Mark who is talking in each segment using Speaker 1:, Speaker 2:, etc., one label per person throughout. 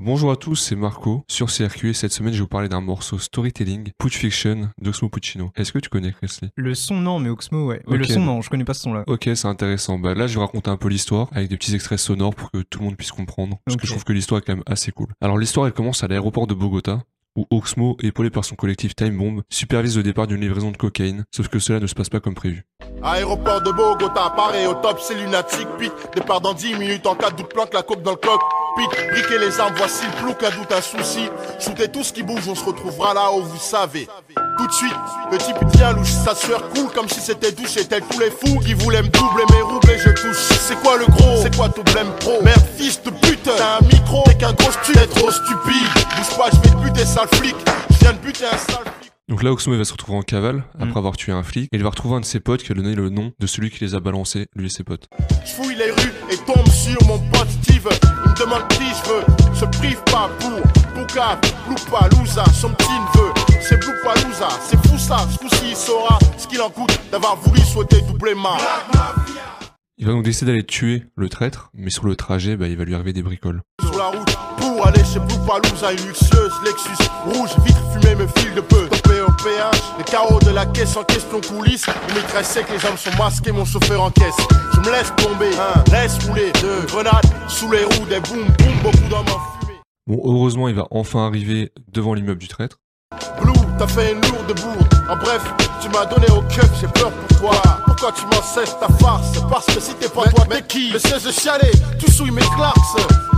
Speaker 1: Bonjour à tous, c'est Marco sur CRQ et cette semaine je vais vous parler d'un morceau storytelling, Putch Fiction d'Oxmo Puccino. Est-ce que tu connais Chrisley
Speaker 2: Le son, non, mais Oxmo, ouais. Mais
Speaker 1: Ok.
Speaker 2: le son, non, je connais pas ce son-là.
Speaker 1: Ok, c'est intéressant. Bah, là, je vais raconter un peu l'histoire avec des petits extraits sonores pour que tout le monde puisse comprendre. Parce que
Speaker 2: Ok.
Speaker 1: je trouve que l'histoire est quand même assez cool. Alors, l'histoire, elle commence à l'aéroport de Bogota, où Oxmo, épaulé par son collectif Time Bomb, supervise le départ d'une livraison de cocaïne, sauf que cela ne se passe pas comme prévu.
Speaker 3: Aéroport de Bogota, pareil au top, c'est lunatique, pit. Départ dans 10 minutes, en cas de doute, planque la coque dans le coq. Pit, briquez les armes, voici le plouc, un doute, un souci. Shootez tout ce qui bouge, on se retrouvera là où vous savez. Tout de suite, le type tient louche, sa sueur coule comme si c'était douche, et tel tous les fous qui voulaient me doubler mes roubles et je touche. C'est quoi le gros C'est quoi ton blême pro Merde, fils de pute, t'as un micro, t'es qu'un gros stu, t'es trop stupide. Bouge pas, je vais te buter, sale flic. Je viens de buter un sale flic.
Speaker 1: Donc là, Oxmo il va se retrouver en cavale, après
Speaker 2: Mm.
Speaker 1: avoir tué un flic, et il va retrouver un de ses potes qui a donné le nom de celui qui les a balancés, lui et ses potes.
Speaker 3: Je fouille les rues et tombe sur mon pote Steve. Il me demande qui je veux. Je prive pas pour Bouka, Loupalooza, son petit neveu. C'est Loupalooza, c'est fou ça. Ce coup-ci, il saura ce qu'il en coûte d'avoir voulu souhaiter doubler ma.
Speaker 1: Il va donc décider d'aller tuer le traître, mais sur le trajet, bah, il va lui arriver des bricoles.
Speaker 3: Sur la route pour aller chez Loupalooza, une luxueuse Lexus rouge, vitre fumée me file de peu. Topé au péage, les carreaux de la caisse en question coulisse. Une maîtresse sait que les hommes sont masqués, mon chauffeur en caisse. Je me laisse tomber, un, laisse rouler, deux, grenades sous les roues, des boum boum, beaucoup d'hommes en fumée.
Speaker 1: Bon, heureusement, il va enfin arriver devant l'immeuble du traître.
Speaker 3: Blue, t'as fait une lourde bourde. En bref, tu m'as donné au cœur, j'ai peur pour toi. Pourquoi tu m'en cesses ta farce Parce que si t'es pas toi, t'es qui Le cesse de chialer, tu souilles mes clarks.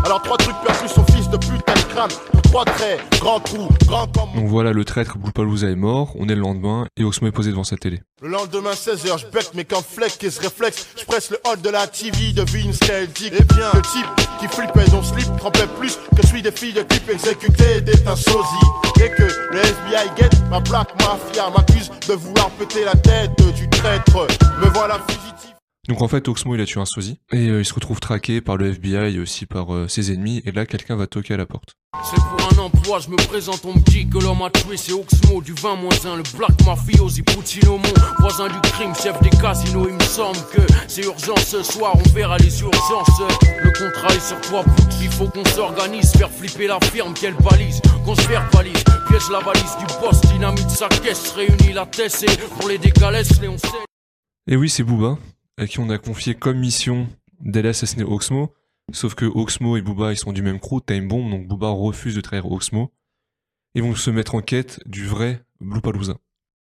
Speaker 3: Alors trois trucs perçus, son fils de pute, t'as le crâne. Pour trois traits, grand trou, grand comme.
Speaker 1: Donc voilà, le traître Blupalooza est mort, on est le lendemain, et Oxmo est posé devant sa télé.
Speaker 3: Le lendemain 16h, je bec mes flex qui se réflexe. Je presse le hot de la TV, devine ce qu'elle dit. Eh bien, le type qui flippait son slip trempait plus que celui des filles de clip exécutées d'être un sosie. Et que le FBI guette ma black mafia, m'accuse de vouloir péter la tête du traître. Me voilà fugitif.
Speaker 1: Donc en fait, Oxmo il a tué un sosie, et euh, il se retrouve traqué par le FBI et aussi par euh, ses ennemis, et là quelqu'un va toquer à la porte.
Speaker 4: C'est pour un emploi, je me présente, on me dit que l'homme à tuer c'est Oxmo du 20 moins 1, le Black Mafiosi Poutine mon voisin du crime, chef des casinos, il me semble que c'est urgent ce soir, on verra les urgences. Le contrat est sur toi, poutre, il faut qu'on s'organise, faire flipper la firme, qu'elle balise, qu'on se faire balise, piège la valise du boss, dynamite sa caisse, réunit la tête et pour les décalés, les on sait.
Speaker 1: Et oui, c'est Booba, à qui on a confié comme mission d'aller assassiner Oxmo, sauf que Oxmo et Booba ils sont du même crew, Time Bomb, donc Booba refuse de trahir Oxmo. Ils vont se mettre en quête du vrai Blupalooza.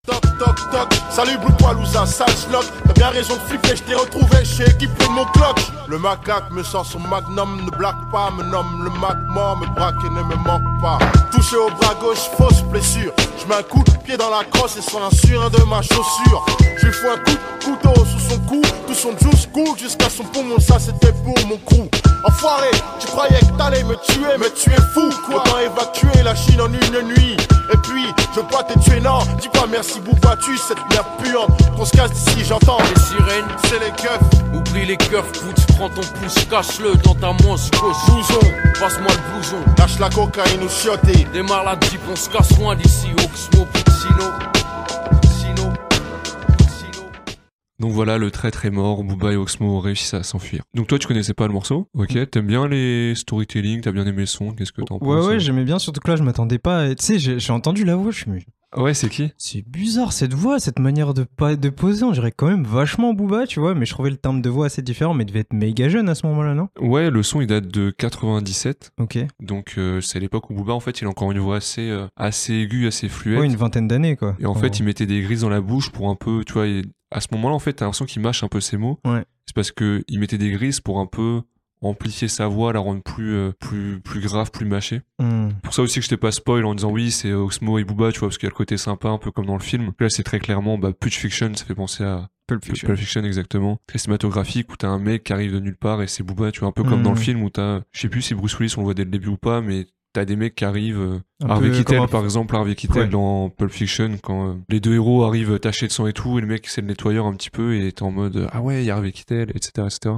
Speaker 3: Toc toc toc, salut Blue Palouza, sale schnock T'as bien raison de flipper, je t'ai retrouvé chez équipe de mon clock Le macaque me sort son magnum, ne blague pas, me nomme le magma, me braque et ne me manque pas Touché au bras gauche, fausse blessure Je mets un coup de pied dans la crosse et sans un surin de ma chaussure Je lui fous un coup de couteau sous son cou, tout son juice coule jusqu'à son poumon, ça c'était pour mon crew Enfoiré, tu croyais que t'allais me tuer, mais tu es fou quoi Autant évacuer la Chine en une nuit Et puis, je dois te tuer, non Dis pas merci Bouba, tu cette merde puante Qu'on se casse d'ici, j'entends
Speaker 4: Les sirènes,
Speaker 3: C'est les keufs,
Speaker 4: oublie les cœurs, poutre, prends ton pouce, cache-le dans ta manche gauche,
Speaker 3: blouson
Speaker 4: passe-moi le blouson.
Speaker 3: Lâche la cocaïne ou chioter
Speaker 4: Démarre la Jeep, on se casse loin d'ici. oh, Oxmo, Puccino, Puccino, Puccino.
Speaker 1: Donc voilà, le traître est mort, Booba et Oxmo réussissent à s'enfuir. Donc toi tu connaissais pas le morceau, ok, t'aimes bien les storytelling, t'as bien aimé le son, qu'est-ce que t'en
Speaker 2: Mm. Ouais,
Speaker 1: penses
Speaker 2: ouais, j'aimais bien, surtout que là, je m'attendais pas. à- Tu sais, j'ai j'ai entendu la voix, je suis. mais
Speaker 1: Ah Ouais, c'est qui
Speaker 2: C'est bizarre cette voix, cette manière de, pas, de poser. On dirait quand même vachement Booba, tu vois, mais je trouvais le timbre de voix assez différent, mais il devait être méga jeune à ce moment-là, non
Speaker 1: Ouais, le son il date de 97,
Speaker 2: Ok. Ouais,
Speaker 1: donc euh, c'est à l'époque où Booba en fait il a encore une voix assez, euh, assez aiguë, assez fluette.
Speaker 2: une Oh. vingtaine d'années, quoi.
Speaker 1: Et en fait il mettait des grises dans la bouche pour un peu, tu vois, et à ce moment-là en fait t'as l'impression qu'il mâche un peu ses mots.
Speaker 2: Ouais.
Speaker 1: C'est parce que il mettait des grises pour un peu amplifier sa voix, la rendre plus, euh, plus, plus grave, plus mâchée.
Speaker 2: Hmm.
Speaker 1: Pour ça aussi que je t'ai pas spoil en disant oui, c'est Oxmo et Booba, tu vois, parce qu'il y a le côté sympa un peu comme dans le film. Là c'est très clairement, bah, Pulp Fiction, ça fait penser à,
Speaker 2: Pulp
Speaker 1: Pulp
Speaker 2: Fiction.
Speaker 1: Pulp Fiction, exactement. Très cinématographique où t'as un mec qui arrive de nulle part et c'est Booba, tu vois, un peu comme
Speaker 2: Mm.
Speaker 1: dans le film où t'as, je sais plus si Bruce Willis on le voit dès le début ou pas, mais t'as des mecs qui arrivent. euh,
Speaker 2: Un
Speaker 1: Harvey
Speaker 2: peu
Speaker 1: Keitel,
Speaker 2: comme un-
Speaker 1: par exemple, Harvey Keitel
Speaker 2: Ouais.
Speaker 1: dans Pulp Fiction, quand euh, les deux héros arrivent tachés de sang et tout, et le mec c'est le nettoyeur un petit peu et t'es en mode euh, ah ouais, il y a Harvey Keitel, etc., etc.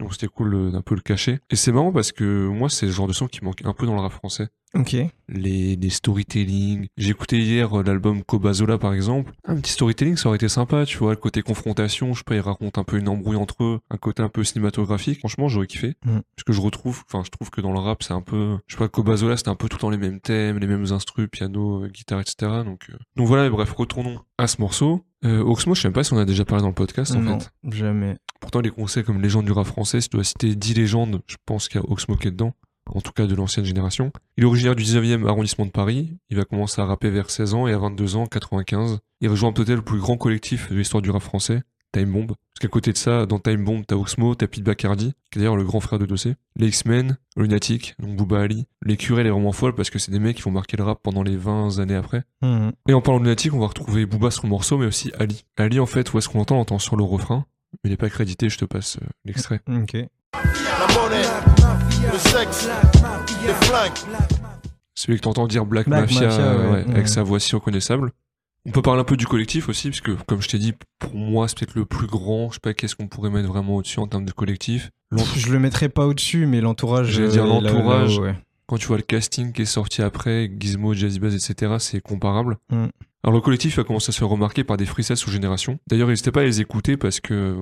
Speaker 1: Donc c'était cool euh, d'un peu le cacher. Et c'est marrant parce que moi c'est le genre de son qui manque un peu dans le rap français.
Speaker 2: Ok.
Speaker 1: les, les storytelling. J'écoutais hier euh, l'album Kobazola par exemple. Un petit storytelling, ça aurait été sympa, tu vois, le côté confrontation, je sais pas, ils racontent un peu une embrouille entre eux, un côté un peu cinématographique. Franchement, j'aurais kiffé.
Speaker 2: Mm.
Speaker 1: Parce que je retrouve, enfin, je trouve que dans le rap, c'est un peu, je sais pas, Kobazola, c'était un peu tout le temps les mêmes thèmes, les mêmes instrus, piano, euh, guitare, etc. Donc, euh, donc voilà, mais bref, retournons à ce morceau. Euh, Oxmo, je sais même pas si on a déjà parlé dans le podcast, en
Speaker 2: non,
Speaker 1: fait.
Speaker 2: jamais.
Speaker 1: Pourtant, les conseils comme légende du rap français, si tu dois citer 10 légendes, je pense qu'il y a Oxmo qui est dedans, en tout cas de l'ancienne génération. Il est originaire du 19e arrondissement de Paris, il va commencer à rapper vers 16 ans et à 22 ans, 95, il rejoint peut-être le plus grand collectif de l'histoire du rap français, Time Bomb. Parce qu'à côté de ça, dans Time Bomb, t'as Oxmo, t'as Pete Bacardi, qui est d'ailleurs le grand frère de Dossé, les X-Men, Lunatic, donc Booba Ali, les curés, les romans folles, parce que c'est des mecs qui vont marquer le rap pendant les 20 années après.
Speaker 2: Mhm.
Speaker 1: Et en parlant de Lunatic, on va retrouver Booba sur le morceau, mais aussi Ali. Ali, en fait, où est-ce qu'on l'entend On l'entend sur le refrain, mais il n'est pas crédité, je te passe euh, l'extrait.
Speaker 2: Ok.
Speaker 3: La monnaie, le sexe, les flingues.
Speaker 1: Celui que t'entends dire Black,
Speaker 2: Black
Speaker 1: Mafia,
Speaker 2: Mafia,
Speaker 1: euh,
Speaker 2: ouais,
Speaker 1: ouais,
Speaker 2: ouais.
Speaker 1: avec sa voix si reconnaissable. On peut parler un peu du collectif aussi, parce que, comme je t'ai dit, pour moi, c'est peut-être le plus grand. Je sais pas qu'est-ce qu'on pourrait mettre vraiment au-dessus en termes de collectif. L'en-
Speaker 2: Pff, Je le mettrai pas au-dessus, mais l'entourage.
Speaker 1: J'allais dire
Speaker 2: euh, est là-
Speaker 1: l'entourage.
Speaker 2: là-haut, ouais.
Speaker 1: Quand tu vois le casting qui est sorti après, Gizmo, Jazzy Bass, etc., c'est comparable.
Speaker 2: Mm.
Speaker 1: Alors, le collectif a commencé à se faire remarquer par des freestyles sous génération. D'ailleurs, n'hésitez pas à les écouter parce que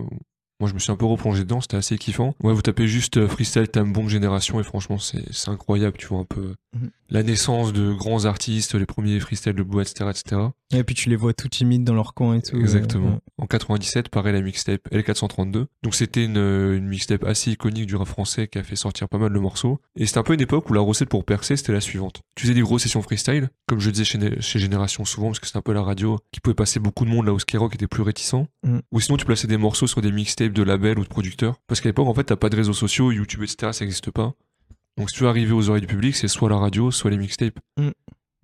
Speaker 1: moi, je me suis un peu replongé dedans, c'était assez kiffant. Ouais, vous tapez juste euh, freestyle Time Bomb Génération et franchement, c'est c'est incroyable, tu vois, un peu
Speaker 2: Mhm.
Speaker 1: la naissance de grands artistes, les premiers freestyles de bois, etc., etc.
Speaker 2: Et puis tu les vois tout timides dans leur coin et tout.
Speaker 1: Exactement.
Speaker 2: euh,
Speaker 1: En 97, paraît la mixtape L432. Donc c'était une, euh, une mixtape assez iconique du rap français qui a fait sortir pas mal de morceaux. Et c'était un peu une époque où la recette pour percer, c'était la suivante. Tu faisais des grosses sessions freestyle, comme je le disais chez, Né- chez Génération souvent, parce que c'était un peu la radio qui pouvait passer beaucoup de monde là où Skyrock était plus réticent.
Speaker 2: Mm.
Speaker 1: Ou sinon tu plaçais des morceaux sur des mixtapes de labels ou de producteurs. Parce qu'à l'époque, en fait, t'as pas de réseaux sociaux, YouTube, etc., ça n'existe pas. Donc si tu veux arriver aux oreilles du public, c'est soit la radio, soit les mixtapes.
Speaker 2: Mm.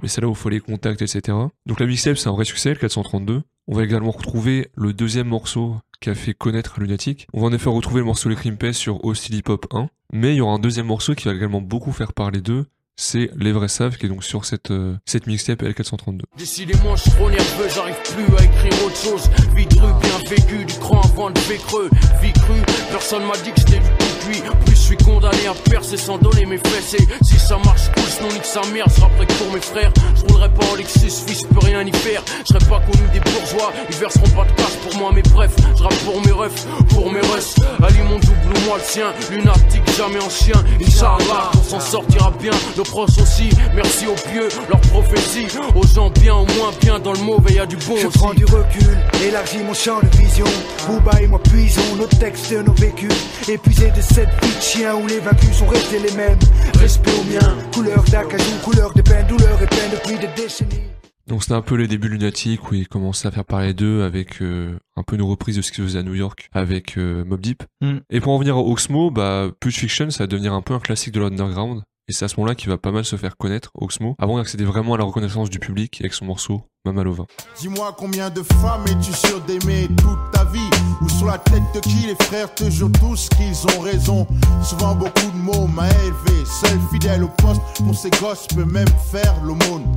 Speaker 1: Mais c'est là où il faut les contacts, etc. Donc la mixtape, c'est un vrai succès, le 432. On va également retrouver le deuxième morceau qui a fait connaître Lunatic. On va en effet retrouver le morceau Les Crimpes sur Hostile Hip Hop 1. Mais il y aura un deuxième morceau qui va également beaucoup faire parler d'eux. C'est Les Vrais Saves, qui est donc sur cette, euh, cette mixtape L432.
Speaker 4: Décidément, je suis trop nerveux, j'arrive plus à écrire autre chose. Vie crue, bien vécue, du cran avant de creux. Vie crue, personne m'a dit que j'étais du tout cuit. Plus je suis condamné à percer sans donner mes fesses. Et si ça marche, cool, sinon nique sa mère, je rapperai que pour mes frères. Je roulerai pas en Lexus, fils, je peux rien y faire. Je serai pas connu des bourgeois, ils verseront pas de cash pour moi, mais bref, je rappe pour mes refs, pour mes russes. Ali mon double ou moi le sien, lunatique, jamais en chien. Inch'Allah, on s'en sortira bien, nos proches aussi. Merci aux pieux, leurs prophéties. Aux gens bien, au moins bien, dans le mauvais, y a du bon
Speaker 5: Je
Speaker 4: aussi.
Speaker 5: prends du recul, élargis mon champ de vision. Booba et moi puisons nos textes, nos vécus. Épuisés de cette vie de chien où les vaincus sont restés les mêmes. Respect aux miens, couleur d'acajou, couleur de peine, douleur et peine depuis des décennies.
Speaker 1: Donc c'était un peu les débuts lunatiques où ils commençaient à faire parler d'eux avec euh, un peu une reprise de ce qu'ils faisaient à New York avec euh, Mob Deep.
Speaker 2: Mm.
Speaker 1: Et pour en venir à Oxmo, bah, Pulp Fiction, ça va devenir un peu un classique de l'underground. Et c'est à ce moment-là qu'il va pas mal se faire connaître, Oxmo, avant d'accéder vraiment à la reconnaissance du public avec son morceau Mamalova.
Speaker 3: Dis-moi combien de femmes es-tu sûr d'aimer toute ta vie Ou sur la tête de qui les frères te jurent tous qu'ils ont raison Souvent beaucoup de mots m'a élevé Seul fidèle au poste pour ces gosses peut même faire l'aumône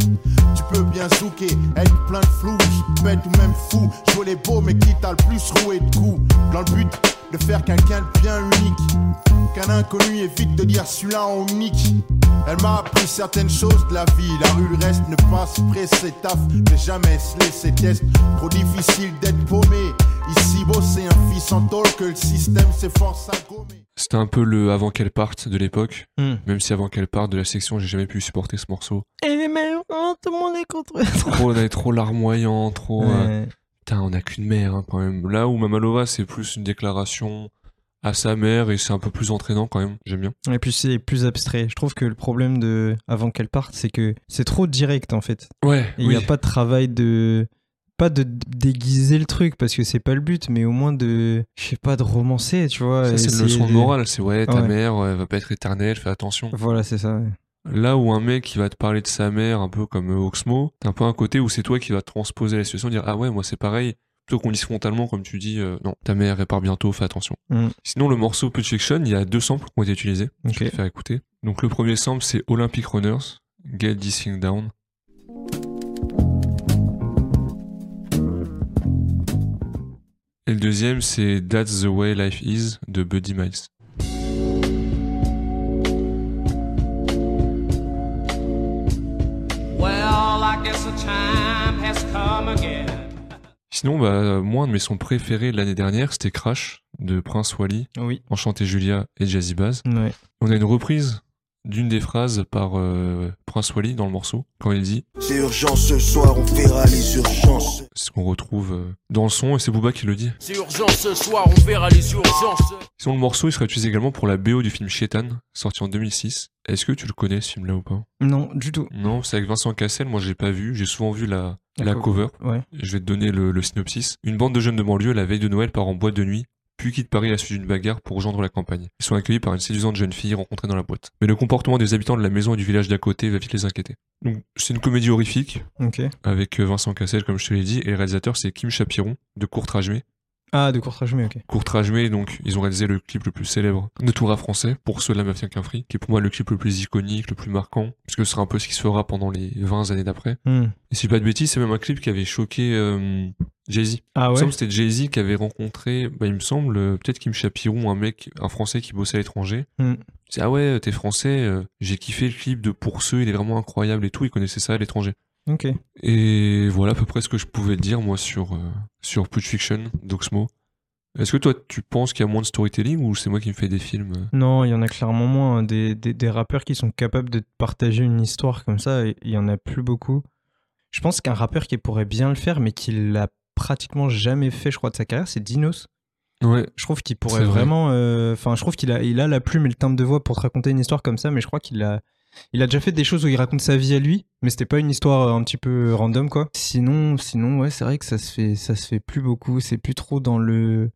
Speaker 3: Tu peux bien zouker, être plein de flou, bête ou même fou Jouer les beaux mais qui t'a le plus roué de coups Dans le but de faire quelqu'un de bien unique Qu'un inconnu évite de dire celui-là on nique Elle m'a appris certaines choses de la vie La rue le reste ne passe presser taf Mais jamais se laisser test Trop difficile d'être paumé Ici beau c'est un fils en tôle Que le système s'efforce à gommer
Speaker 1: C'était un peu le avant qu'elle parte de l'époque,
Speaker 2: Mm.
Speaker 1: même si avant qu'elle parte de la section, j'ai jamais pu supporter ce morceau.
Speaker 2: Et les mêmes, oh, tout le monde est contre
Speaker 1: Trop, on avait trop larmoyant, trop. euh,
Speaker 2: Ouais.
Speaker 1: Putain, on a qu'une mère hein, quand même. Là où Mamalova, c'est plus une déclaration à sa mère et c'est un peu plus entraînant quand même. J'aime bien.
Speaker 2: Et puis c'est plus abstrait. Je trouve que le problème de avant qu'elle parte, c'est que c'est trop direct en fait.
Speaker 1: Ouais,
Speaker 2: Et Il n'y a pas de travail de pas de d- déguiser le truc parce que c'est pas le but, mais au moins de je sais pas de romancer, tu vois.
Speaker 1: Ça, c'est une
Speaker 2: essayer
Speaker 1: leçon de
Speaker 2: de-
Speaker 1: morale. C'est ouais, ta
Speaker 2: euh, Ouais.
Speaker 1: mère, ouais, elle va pas être éternelle, fais attention.
Speaker 2: Voilà, c'est ça. ouais.
Speaker 1: Là où un mec qui va te parler de sa mère, un peu comme euh, Oxmo, t'as un peu un côté où c'est toi qui va transposer la situation, dire ah ouais, moi c'est pareil. Plutôt qu'on dise frontalement, comme tu dis, euh, non, ta mère, elle part bientôt, fais attention.
Speaker 2: Mm.
Speaker 1: Sinon, le morceau Pulp Fiction, il y a deux samples qui ont été utilisés. Je
Speaker 2: Ok.
Speaker 1: vais te faire écouter. Donc, le premier sample, c'est Olympic Runners, Get This Thing Down. Et le deuxième, c'est That's the Way Life Is de Buddy Miles.
Speaker 6: the time has come again.
Speaker 1: Sinon, bah, euh, moi, un de mes sons préférés de l'année dernière, c'était Crash de Prince Wally,
Speaker 2: Oui.
Speaker 1: Enchanté Julia et Jazzy Bass.
Speaker 2: Ouais.
Speaker 1: On a une reprise d'une des phrases par euh, Prince Wally dans le morceau, quand il dit
Speaker 7: C'est urgent ce soir, on verra les urgences.
Speaker 1: C'est ce qu'on retrouve euh, dans le son, et c'est Booba qui le dit.
Speaker 4: C'est urgent ce soir, on verra les urgences.
Speaker 1: Sinon, le morceau, il serait utilisé également pour la BO du film Shetan, sorti en 2006. Est-ce que tu le connais, ce film-là, ou pas
Speaker 2: Non, du tout.
Speaker 1: Non, c'est avec Vincent Cassel, moi j'ai pas vu, j'ai souvent vu la,
Speaker 2: La
Speaker 1: la
Speaker 2: cover.
Speaker 1: cover.
Speaker 2: Ouais.
Speaker 1: Je vais te donner le, le synopsis. Une bande de jeunes de banlieue, la veille de Noël, part en boîte de nuit, puis quitte Paris à la suite d'une bagarre pour rejoindre la campagne. Ils sont accueillis par une séduisante jeune fille rencontrée dans la boîte. Mais le comportement des habitants de la maison et du village d'à côté va vite les inquiéter. Donc, c'est une comédie horrifique,
Speaker 2: Ok.
Speaker 1: avec euh, Vincent Cassel, comme je te l'ai dit, et le réalisateur, c'est Kim Chapiron, de Courtrajmé.
Speaker 2: Ah, de court mais ok.
Speaker 1: Courtrajmé, donc, ils ont réalisé le clip le plus célèbre de tout rap français, pour ceux de la Mafia qu'un Free, qui est pour moi le clip le plus iconique, le plus marquant, parce que ce sera un peu ce qui se fera pendant les 20 années d'après.
Speaker 2: Hmm.
Speaker 1: Et si je dis pas de bêtises, c'est même un clip qui avait choqué euh, Jay-Z.
Speaker 2: Ah
Speaker 1: Il me
Speaker 2: ouais
Speaker 1: semble que c'était Jay-Z qui avait rencontré, bah, il me semble, euh, peut-être Kim Chapiron, un mec, un français qui bossait à l'étranger.
Speaker 2: Hmm.
Speaker 1: Il dit, ah ouais, t'es français, euh, j'ai kiffé le clip de Pour ceux, il est vraiment incroyable et tout, il connaissait ça à l'étranger.
Speaker 2: Ok.
Speaker 1: Et voilà à peu près ce que je pouvais te dire, moi, sur, euh, sur Pulp Fiction d'Oxmo. Est-ce que toi, tu penses qu'il y a moins de storytelling ou c'est moi qui me fais des films euh
Speaker 2: Non, il y en a clairement moins. hein. Des, des, des rappeurs qui sont capables de te partager une histoire comme ça, il y en a plus beaucoup. Je pense qu'un rappeur qui pourrait bien le faire, mais qui l'a pratiquement jamais fait, je crois, de sa carrière, c'est Dinos.
Speaker 1: Ouais,
Speaker 2: Je trouve qu'il pourrait
Speaker 1: C'est vrai.
Speaker 2: vraiment. euh, Enfin, je trouve qu'il a, il a la plume et le timbre de voix pour te raconter une histoire comme ça, mais je crois qu'il a. Il a déjà fait des choses où il raconte sa vie à lui, mais c'était pas une histoire euh, un petit peu random quoi. Sinon, sinon ouais, c'est vrai que ça se fait, ça se fait plus beaucoup. C'est plus trop dans le,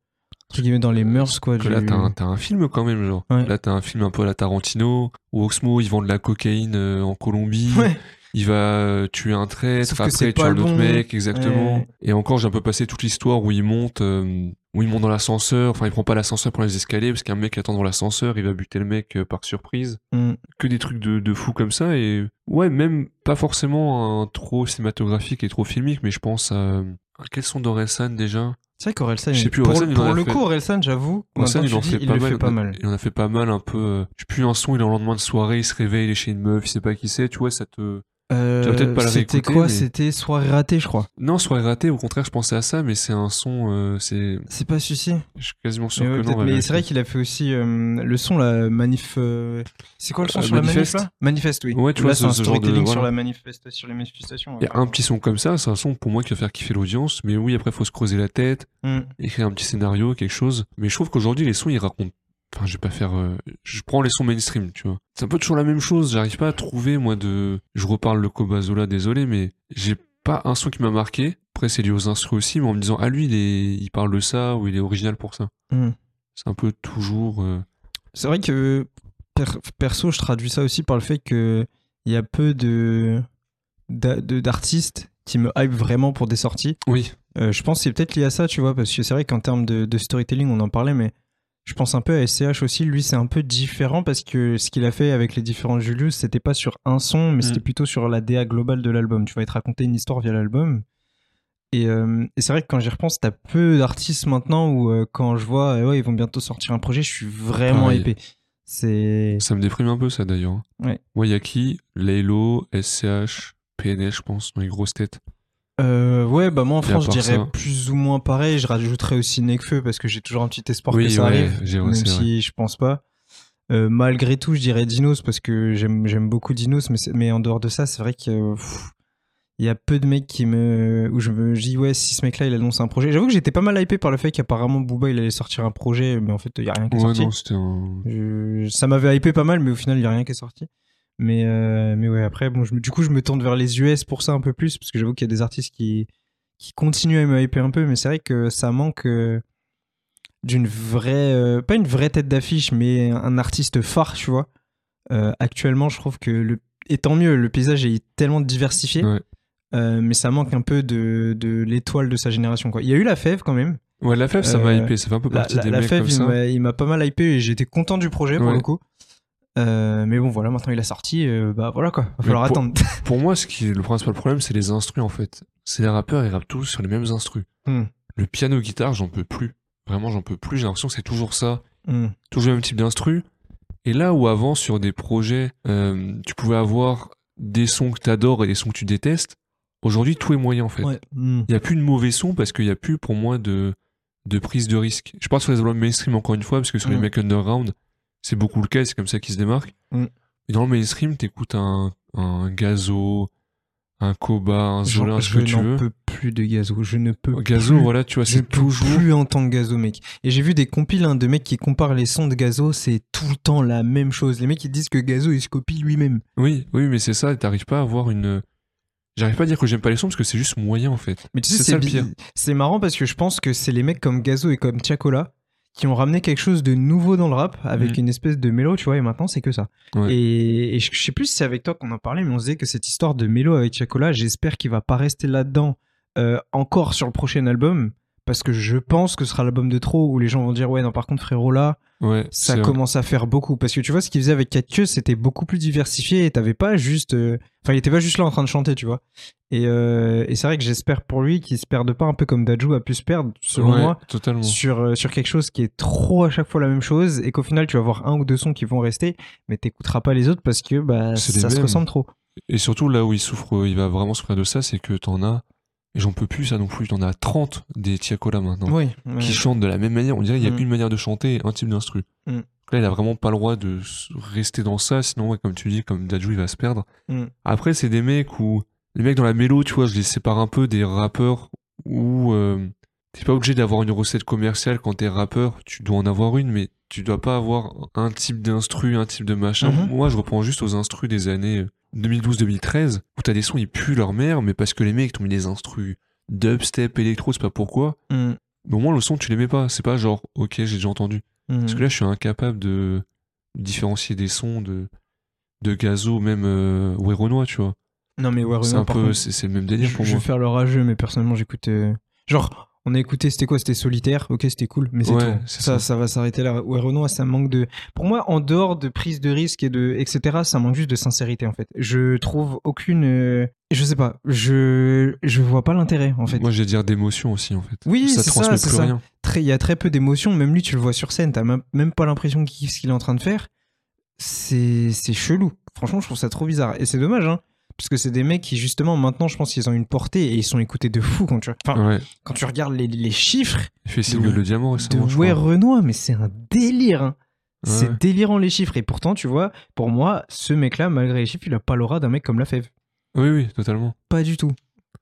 Speaker 2: entre guillemets, dans les mœurs quoi.
Speaker 1: que là,
Speaker 2: du-
Speaker 1: t'as un, t'as un film quand même, genre.
Speaker 2: Ouais.
Speaker 1: Là, t'as un film un peu à la Tarantino, où Oxmo, ils vendent de la cocaïne euh, en Colombie.
Speaker 2: Ouais.
Speaker 1: il va euh, tuer un traître,
Speaker 2: Sauf que
Speaker 1: après
Speaker 2: c'est
Speaker 1: il tue
Speaker 2: pas
Speaker 1: un
Speaker 2: le
Speaker 1: autre
Speaker 2: bon.
Speaker 1: mec, exactement.
Speaker 2: Ouais.
Speaker 1: Et encore, j'ai un peu passé toute l'histoire où il monte, euh, où il monte dans l'ascenseur, enfin il prend pas l'ascenseur pour les escaliers, parce qu'un mec attend dans l'ascenseur, il va buter le mec euh, par surprise.
Speaker 2: Mm.
Speaker 1: Que des trucs de, de fou comme ça, et ouais, même pas forcément un trop cinématographique et trop filmique, mais je pense à... à Quels sont d'Orelsan déjà
Speaker 2: C'est vrai qu'Orelsan,
Speaker 1: Je sais
Speaker 2: il-
Speaker 1: plus,
Speaker 2: pour,
Speaker 1: Orelsan, il en
Speaker 2: pour
Speaker 1: a
Speaker 2: le
Speaker 1: fait-
Speaker 2: coup, Orelsan, j'avoue,
Speaker 1: Orelsan,
Speaker 2: maintenant que tu dis, Bah, il le fait pas mal.
Speaker 1: Il en a fait pas mal un peu. euh, Je sais plus un son, il est en lendemain de soirée, il se réveille, il est chez une meuf, il sait pas qui c'est, tu vois, ça te.
Speaker 2: Euh,
Speaker 1: tu vas peut-être pas le
Speaker 2: C'était
Speaker 1: réécouter,
Speaker 2: quoi
Speaker 1: mais-
Speaker 2: C'était Soirée ratée, je crois.
Speaker 1: Non, soirée ratée, au contraire, je pensais à ça, mais c'est un son. euh, c'est...
Speaker 2: C'est pas celui-ci.
Speaker 1: Je suis quasiment sûr
Speaker 2: Mais, ouais,
Speaker 1: que non.
Speaker 2: peut-être.
Speaker 1: on va
Speaker 2: Mais
Speaker 1: vérifier.
Speaker 2: c'est vrai qu'il a fait aussi euh, le son, la manif. euh, C'est quoi le son
Speaker 1: Euh,
Speaker 2: sur la manif
Speaker 1: manifeste.
Speaker 2: là Manifeste, oui.
Speaker 1: Ouais, tu
Speaker 2: Là,
Speaker 1: vois,
Speaker 2: c'est
Speaker 1: ce-
Speaker 2: un
Speaker 1: ce genre de-
Speaker 2: storytelling sur,
Speaker 1: voilà.
Speaker 2: la manifesta- sur les manifestations.
Speaker 1: Il y a un petit son comme ça, c'est un son pour moi qui va faire kiffer l'audience, mais oui, après, faut se creuser la tête,
Speaker 2: Mm.
Speaker 1: écrire un petit scénario, quelque chose. Mais je trouve qu'aujourd'hui, les sons, ils racontent. Enfin, je vais pas faire. euh, Je prends les sons mainstream, tu vois. C'est un peu toujours la même chose, j'arrive pas à trouver, moi, de. Je reparle le Kobazola, désolé, mais j'ai pas un son qui m'a marqué. Après, c'est lié aux instruments aussi, mais en me disant, ah, lui, il, est... il parle de ça, ou il est original pour ça.
Speaker 2: Mm.
Speaker 1: C'est un peu toujours. euh,
Speaker 2: C'est vrai que per- perso, je traduis ça aussi par le fait que il y a peu de d'a- de- d'artistes qui me hype vraiment pour des sorties.
Speaker 1: Oui.
Speaker 2: Euh, je pense que c'est peut-être lié à ça, tu vois, parce que c'est vrai qu'en termes de, de storytelling, on en parlait, mais je pense un peu à SCH aussi. Lui, c'est un peu différent parce que ce qu'il a fait avec les différents Julius, c'était pas sur un son, mais
Speaker 1: Mm.
Speaker 2: c'était plutôt sur la DA globale de l'album. Tu vois, il te racontait une histoire via l'album. Et, euh, et c'est vrai que quand j'y repense, t'as peu d'artistes maintenant où euh, quand je vois, euh, ouais, ils vont bientôt sortir un projet, je suis vraiment
Speaker 1: Pareil.
Speaker 2: épais. C'est.
Speaker 1: Ça me déprime un peu, ça d'ailleurs.
Speaker 2: Ouais.
Speaker 1: Moi, il y a qui Laylo, SCH, PNL, je pense, dans les grosses têtes.
Speaker 2: Euh, ouais, bah moi en
Speaker 1: Et à
Speaker 2: France, je
Speaker 1: part
Speaker 2: dirais
Speaker 1: ça-
Speaker 2: plus ou moins pareil. Je rajouterais aussi Nekfeu parce que j'ai toujours un petit espoir que
Speaker 1: oui,
Speaker 2: ça
Speaker 1: ouais,
Speaker 2: arrive.
Speaker 1: j'ai- ouais,
Speaker 2: même
Speaker 1: c'est vrai.
Speaker 2: si je pense pas. Euh, malgré tout, je dirais Dinos parce que j'aime j'aime beaucoup Dinos, mais, c'est- mais en dehors de ça, c'est vrai que pff, il y a peu de mecs qui me où je me je dis ouais si ce mec-là il annonce un projet. J'avoue que j'étais pas mal hypé par le fait qu'apparemment Booba il allait sortir un projet, mais en fait il y a rien qui est
Speaker 1: Ouais,
Speaker 2: sorti.
Speaker 1: non, c'était un.
Speaker 2: Je- ça m'avait hypé pas mal, mais au final il y a rien qui est sorti. Mais euh, mais ouais après bon je me- du coup je me tourne vers les US pour ça un peu plus parce que j'avoue qu'il y a des artistes qui qui continuent à me hyper un peu, mais c'est vrai que ça manque euh, d'une vraie, euh, pas une vraie tête d'affiche, mais un artiste phare, tu vois. Euh, actuellement, je trouve que le et tant mieux, le paysage est tellement diversifié,
Speaker 1: Ouais.
Speaker 2: euh, mais ça manque un peu de, de l'étoile de sa génération. Quoi. Il y a eu la fève quand même.
Speaker 1: Ouais, la fève, ça m'a
Speaker 2: Euh,
Speaker 1: hypé. Ça fait un peu
Speaker 2: La,
Speaker 1: partie
Speaker 2: la,
Speaker 1: des
Speaker 2: la
Speaker 1: mecs
Speaker 2: fève,
Speaker 1: comme
Speaker 2: il
Speaker 1: ça.
Speaker 2: m'a- il m'a pas mal hypé et j'étais content du projet pour
Speaker 1: Ouais.
Speaker 2: le coup. Euh, mais bon, voilà, maintenant il a sorti, euh, bah voilà quoi, va
Speaker 1: Mais
Speaker 2: falloir
Speaker 1: pour-
Speaker 2: attendre.
Speaker 1: Pour moi, ce qui est le principal problème, c'est les instrus en fait. C'est les rappeurs, ils rappent tous sur les mêmes instrus.
Speaker 2: Hmm.
Speaker 1: Le piano-guitare, j'en peux plus. Vraiment, j'en peux plus. J'ai l'impression que c'est toujours ça.
Speaker 2: Hmm.
Speaker 1: toujours le même type d'instru. Et là où avant, sur des projets, euh, tu pouvais avoir des sons que t'adores et des sons que tu détestes, Aujourd'hui, tout est moyen en fait.
Speaker 2: Ouais. Hmm.
Speaker 1: Il n'y a plus de mauvais son parce qu'il n'y a plus pour moi de, de prise de risque. Je parle sur les albums mainstream encore une fois, parce que sur les
Speaker 2: Mm.
Speaker 1: mecs underground, c'est beaucoup le cas, c'est comme ça qu'ils se démarquent.
Speaker 2: Mm.
Speaker 1: Et dans le mainstream, t'écoutes un, un Gazo, un Koba, un
Speaker 2: Genre,
Speaker 1: Zola, ce
Speaker 2: je
Speaker 1: que tu veux. Oh,
Speaker 2: n'en peux plus de gazo. Je ne peux
Speaker 1: Gazo,
Speaker 2: plus.
Speaker 1: voilà, tu vois,
Speaker 2: Je
Speaker 1: c'est toujours.
Speaker 2: plus entendre Gazo, mec. Et j'ai vu des compiles hein, de mecs qui comparent les sons de Gazo, c'est tout le temps la même chose. Les mecs ils disent que Gazo il se copie lui-même.
Speaker 1: Oui, oui, mais c'est ça, t'arrives pas à avoir une. J'arrive pas à dire que j'aime pas les sons parce que c'est juste moyen en fait.
Speaker 2: Mais tu sais,
Speaker 1: C'est
Speaker 2: c'est
Speaker 1: ça le
Speaker 2: bi-
Speaker 1: pire.
Speaker 2: C'est marrant parce que je pense que c'est les mecs comme Gazo et comme Tiakola qui ont ramené quelque chose de nouveau dans le rap avec
Speaker 1: Mhm.
Speaker 2: une espèce de mélo, tu vois, et maintenant c'est que ça.
Speaker 1: Ouais.
Speaker 2: Et, et je, je sais plus si c'est avec toi qu'on en parlait, mais on se disait que cette histoire de mélo avec Tiakola, j'espère qu'il va pas rester là-dedans euh, encore sur le prochain album. Parce que je pense que ce sera l'album de trop où les gens vont dire ouais non par contre frérot là
Speaker 1: Ouais,
Speaker 2: ça
Speaker 1: c'est vrai.
Speaker 2: commence à faire beaucoup parce que tu vois ce qu'il faisait avec Catius c'était beaucoup plus diversifié et t'avais pas juste euh, enfin il était pas juste là en train de chanter tu vois et, euh, et c'est vrai que j'espère pour lui qu'il se perde pas un peu comme Dajou a pu se perdre selon
Speaker 1: Ouais,
Speaker 2: moi
Speaker 1: Totalement.
Speaker 2: sur, euh, sur quelque chose qui est trop à chaque fois la même chose et qu'au final tu vas avoir un ou deux sons qui vont rester mais t'écouteras pas les autres parce que bah
Speaker 1: C'est les
Speaker 2: ça se
Speaker 1: mêmes.
Speaker 2: ressemble trop
Speaker 1: Et surtout, là où il souffre, euh, il va vraiment souffrir de ça, c'est que t'en as, et j'en peux plus ça non plus, t'en as 30 des Tiakola maintenant.
Speaker 2: oui
Speaker 1: qui chantent de la même manière. On dirait qu'il y a
Speaker 2: Mm.
Speaker 1: une manière de chanter et un type d'instru.
Speaker 2: Mm.
Speaker 1: Donc Là, il a vraiment pas le droit de s- rester dans ça, sinon, ouais, comme tu dis, comme Dajou, il va se perdre.
Speaker 2: Mm.
Speaker 1: Après, c'est des mecs où. Les mecs dans la mélo, tu vois, je les sépare un peu des rappeurs où euh, t'es pas obligé d'avoir une recette commerciale quand t'es rappeur. Tu dois en avoir une, mais tu dois pas avoir un type d'instru, un type de machin.
Speaker 2: Mhm.
Speaker 1: Moi, je reprends juste aux instrus des années euh, 2012-2013 où t'as des sons, ils puent leur mère, mais parce que les mecs t'ont mis des instrus dubstep, électro, c'est pas pourquoi.
Speaker 2: Mmh,
Speaker 1: Mais au moins, le son, tu l'aimais pas. C'est pas genre, ok, j'ai déjà entendu.
Speaker 2: Mm.
Speaker 1: Parce que là, je suis incapable de différencier des sons de, de Gazo, même euh, Weronois, tu vois.
Speaker 2: non mais ouais,
Speaker 1: c'est
Speaker 2: Renan,
Speaker 1: un
Speaker 2: par
Speaker 1: peu,
Speaker 2: contre,
Speaker 1: c'est c'est le même
Speaker 2: Je,
Speaker 1: délire pour
Speaker 2: je
Speaker 1: moi.
Speaker 2: vais faire le rageux, mais personnellement, j'écoute. euh, Genre, on a écouté, c'était quoi C'était solitaire, ok, c'était cool, mais c'est
Speaker 1: Ouais,
Speaker 2: tout.
Speaker 1: c'est
Speaker 2: Ça,
Speaker 1: ça.
Speaker 2: ça, va s'arrêter là. Ouais, Renaud, ça manque de. Pour moi, en dehors de prise de risque et de. etc., ça manque juste de sincérité, en fait. Je trouve aucune. euh, Je sais pas, je. Je vois pas l'intérêt, en fait.
Speaker 1: Moi, j'ai dire d'émotion aussi, en fait.
Speaker 2: Oui,
Speaker 1: ça
Speaker 2: c'est
Speaker 1: transmet
Speaker 2: ça, c'est
Speaker 1: plus
Speaker 2: ça.
Speaker 1: rien.
Speaker 2: Très- Il y a très peu d'émotions, même lui, tu le vois sur scène, t'as même, même pas l'impression qu'il kiffe ce qu'il est en train de faire. C'est c'est chelou. Franchement, je trouve ça trop bizarre. Et c'est dommage, hein. Parce que c'est des mecs qui, justement, maintenant, je pense qu'ils ont une portée et ils sont écoutés de fou quand tu. Enfin,
Speaker 1: Ouais.
Speaker 2: quand tu regardes les, les chiffres
Speaker 1: Il fait signe le diamant
Speaker 2: Ah. de
Speaker 1: récemment. je crois.
Speaker 2: Ouais Renoir, mais c'est un délire. hein.
Speaker 1: Ouais, ouais.
Speaker 2: C'est délirant les chiffres. Et pourtant, tu vois, pour moi, ce mec-là, malgré les chiffres, il a pas l'aura d'un mec comme la Fève.
Speaker 1: Oui, oui, totalement.
Speaker 2: Pas du tout.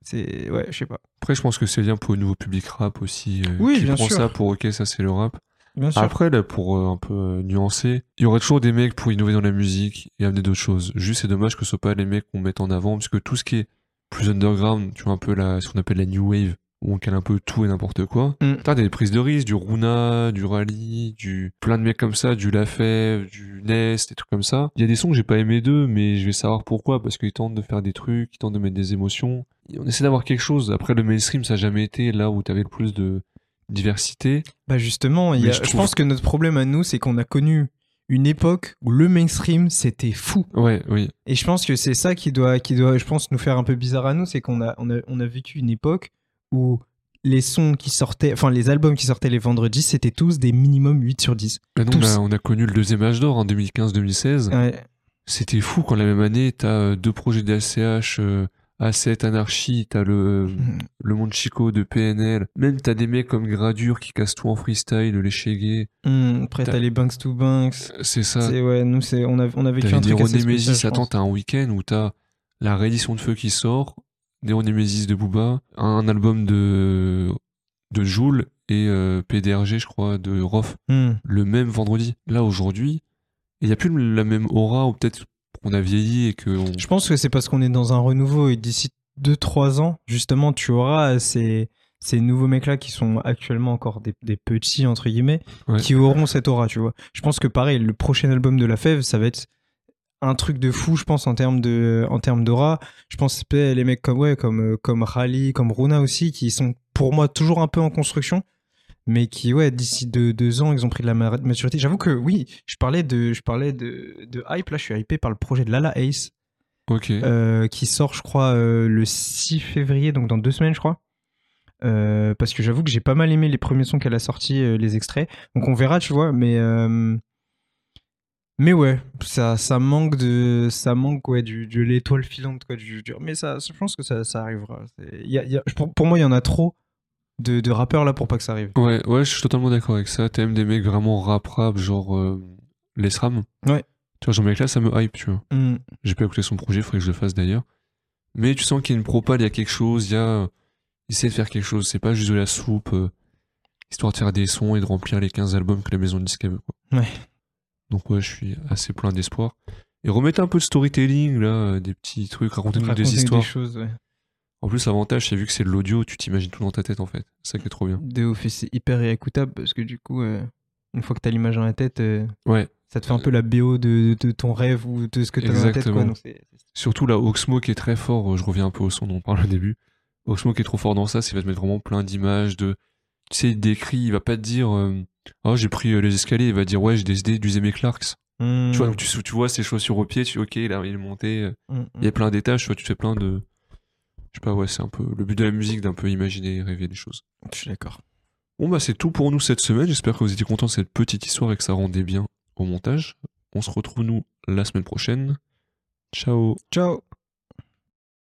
Speaker 2: C'est. Ouais, je sais pas.
Speaker 1: Après, je pense que c'est bien pour le nouveau public rap aussi. euh,
Speaker 2: Oui,
Speaker 1: qui
Speaker 2: bien
Speaker 1: prend
Speaker 2: sûr.
Speaker 1: ça pour, ok, ça c'est le rap.
Speaker 2: Bien sûr.
Speaker 1: Après, là, pour euh, un peu euh, nuancer, il y aurait toujours des mecs pour innover dans la musique et amener d'autres choses. Juste, c'est dommage que ce soit pas les mecs qu'on mette en avant, parce que tout ce qui est plus underground, tu vois, un peu la, ce qu'on appelle la new wave, où on cale un peu tout et n'importe quoi.
Speaker 2: Mm.
Speaker 1: T'as des prises de risque, du Runa, du Rally, du plein de mecs comme ça, du Lafèvre, du Nest, des trucs comme ça. Il y a des sons que j'ai pas aimé d'eux, mais je vais savoir pourquoi, parce qu'ils tentent de faire des trucs, ils tentent de mettre des émotions. Et on essaie d'avoir quelque chose. Après, le mainstream, ça a jamais été là où t'avais le plus de diversité.
Speaker 2: Bah justement, il y
Speaker 1: Mais
Speaker 2: a-
Speaker 1: je
Speaker 2: je,
Speaker 1: trouve-
Speaker 2: pense que notre problème à nous, c'est qu'on a connu une époque où le mainstream, c'était fou.
Speaker 1: Ouais, oui.
Speaker 2: Et je pense que c'est ça qui doit, qui doit, je pense, nous faire un peu bizarre à nous, c'est qu'on a, on a, on a vécu une époque où les sons qui sortaient, enfin les albums qui sortaient les vendredis, c'était tous des minimum 8 sur 10.
Speaker 1: Bah non,
Speaker 2: Tous.
Speaker 1: on a- on a connu le deuxième âge d'or hein, en 2015-2016.
Speaker 2: Ouais.
Speaker 1: C'était fou quand la même année, t'as euh, deux projets d'ACH, euh, A7 Anarchie, t'as le,
Speaker 2: Hmm.
Speaker 1: le Monde Chico de PNL. Même t'as des mecs comme Gradure qui cassent tout en freestyle, les Cheguet.
Speaker 2: Hum, après,
Speaker 1: T'as-
Speaker 2: t'as les Banks to Banks.
Speaker 1: C'est ça.
Speaker 2: C'est, ouais, nous, c'est, on, a, on a vécu
Speaker 1: T'avais
Speaker 2: un truc assez
Speaker 1: Néron
Speaker 2: spécial,
Speaker 1: Nemesis.
Speaker 2: je
Speaker 1: Attends,
Speaker 2: pense.
Speaker 1: t'as un week-end où t'as la réédition de feu qui sort, Néron Nemesis de Booba, un album de, de Joule et euh, PDRG, je crois, de Rof.
Speaker 2: Hum.
Speaker 1: le même vendredi. Là, aujourd'hui, il n'y a plus la même aura, ou peut-être qu'on a vieilli et que. on-
Speaker 2: Je pense que c'est parce qu'on est dans un renouveau et d'ici 2-3 ans, justement, tu auras ces, ces nouveaux mecs-là qui sont actuellement encore des, des petits, entre guillemets,
Speaker 1: Ouais.
Speaker 2: qui auront cette aura, tu vois. Je pense que pareil, le prochain album de La Fève, ça va être un truc de fou, je pense, en termes de- en termes d'aura. Je pense que les mecs comme, ouais, comme, euh, comme Rally, comme Runa aussi, qui sont pour moi toujours un peu en construction. Mais qui, ouais, d'ici deux, deux ans, ils ont pris de la ma- maturité. J'avoue que oui, je parlais, de, je parlais de, de hype. Là, je suis hypé par le projet de Lala Ace.
Speaker 1: Ok.
Speaker 2: Euh, qui sort, je crois, euh, le 6 février, donc dans deux semaines, je crois. Euh, parce que j'avoue que j'ai pas mal aimé les premiers sons qu'elle a sortis, euh, les extraits. Donc on verra, tu vois, mais. euh, Mais ouais, ça, ça manque de, ça manque ouais, du, de l'étoile filante quoi, du, du- Mais ça, je pense que ça, ça arrivera. C'est- il y a- il y a- pour, pour moi, il y en a trop de, de rappeurs là pour pas que ça arrive.
Speaker 1: Ouais, ouais, je suis totalement d'accord avec ça. T'aimes des mecs vraiment rap-rap, genre euh, les SRAM.
Speaker 2: Ouais.
Speaker 1: Tu vois, genre mec là, ça me hype, tu vois.
Speaker 2: Hmm.
Speaker 1: J'ai pas écouté son projet, faudrait que je le fasse d'ailleurs. Mais tu sens qu'il y a une propale, il y a quelque chose, il y a. euh, Il sait faire quelque chose, c'est pas juste de la soupe, euh, histoire de faire des sons et de remplir les 15 albums que la maison de disque veut. quoi.
Speaker 2: Ouais.
Speaker 1: Donc ouais, je suis assez plein d'espoir. Et remettez un peu de storytelling, là, euh, des petits trucs, racontez-nous
Speaker 2: Raconter
Speaker 1: des histoires.
Speaker 2: choses, ouais.
Speaker 1: En plus, l'avantage, c'est vu que c'est de l'audio, tu t'imagines tout dans ta tête en fait. C'est ça qui est trop bien.
Speaker 2: De ouf, et c'est hyper réécoutable parce que du coup, euh, une fois que t'as l'image dans la tête, euh,
Speaker 1: Ouais.
Speaker 2: ça te fait un peu la BO de, de- de ton rêve ou de ce que t'as dans la tête. Quoi,
Speaker 1: Exactement.
Speaker 2: donc c'est-
Speaker 1: Surtout là, Oxmo qui est très fort, euh, je reviens un peu au son dont on parle au début. Oxmo qui est trop fort dans ça, c'est qu'il va te mettre vraiment plein d'images, de. Tu sais, il décrit, il va pas te dire euh, Oh, j'ai pris euh, les escaliers, il va dire Ouais, j'ai décidé d'user mes Clarks.
Speaker 2: Hmm.
Speaker 1: Tu vois, donc tu, sou- tu vois ses chaussures au pied, tu ok, là, il est monté. euh,
Speaker 2: Hmm,
Speaker 1: Il y a plein d'étages, tu vois, tu fais plein de. Je sais pas, ouais, c'est un peu le but de la musique, d'un peu imaginer et rêver des choses.
Speaker 2: hmm. Je suis d'accord.
Speaker 1: Bon, bah, c'est tout pour nous cette semaine. J'espère que vous étiez contents de cette petite histoire et que ça rendait bien au montage. On se retrouve, nous, la semaine prochaine. Ciao!
Speaker 2: Ciao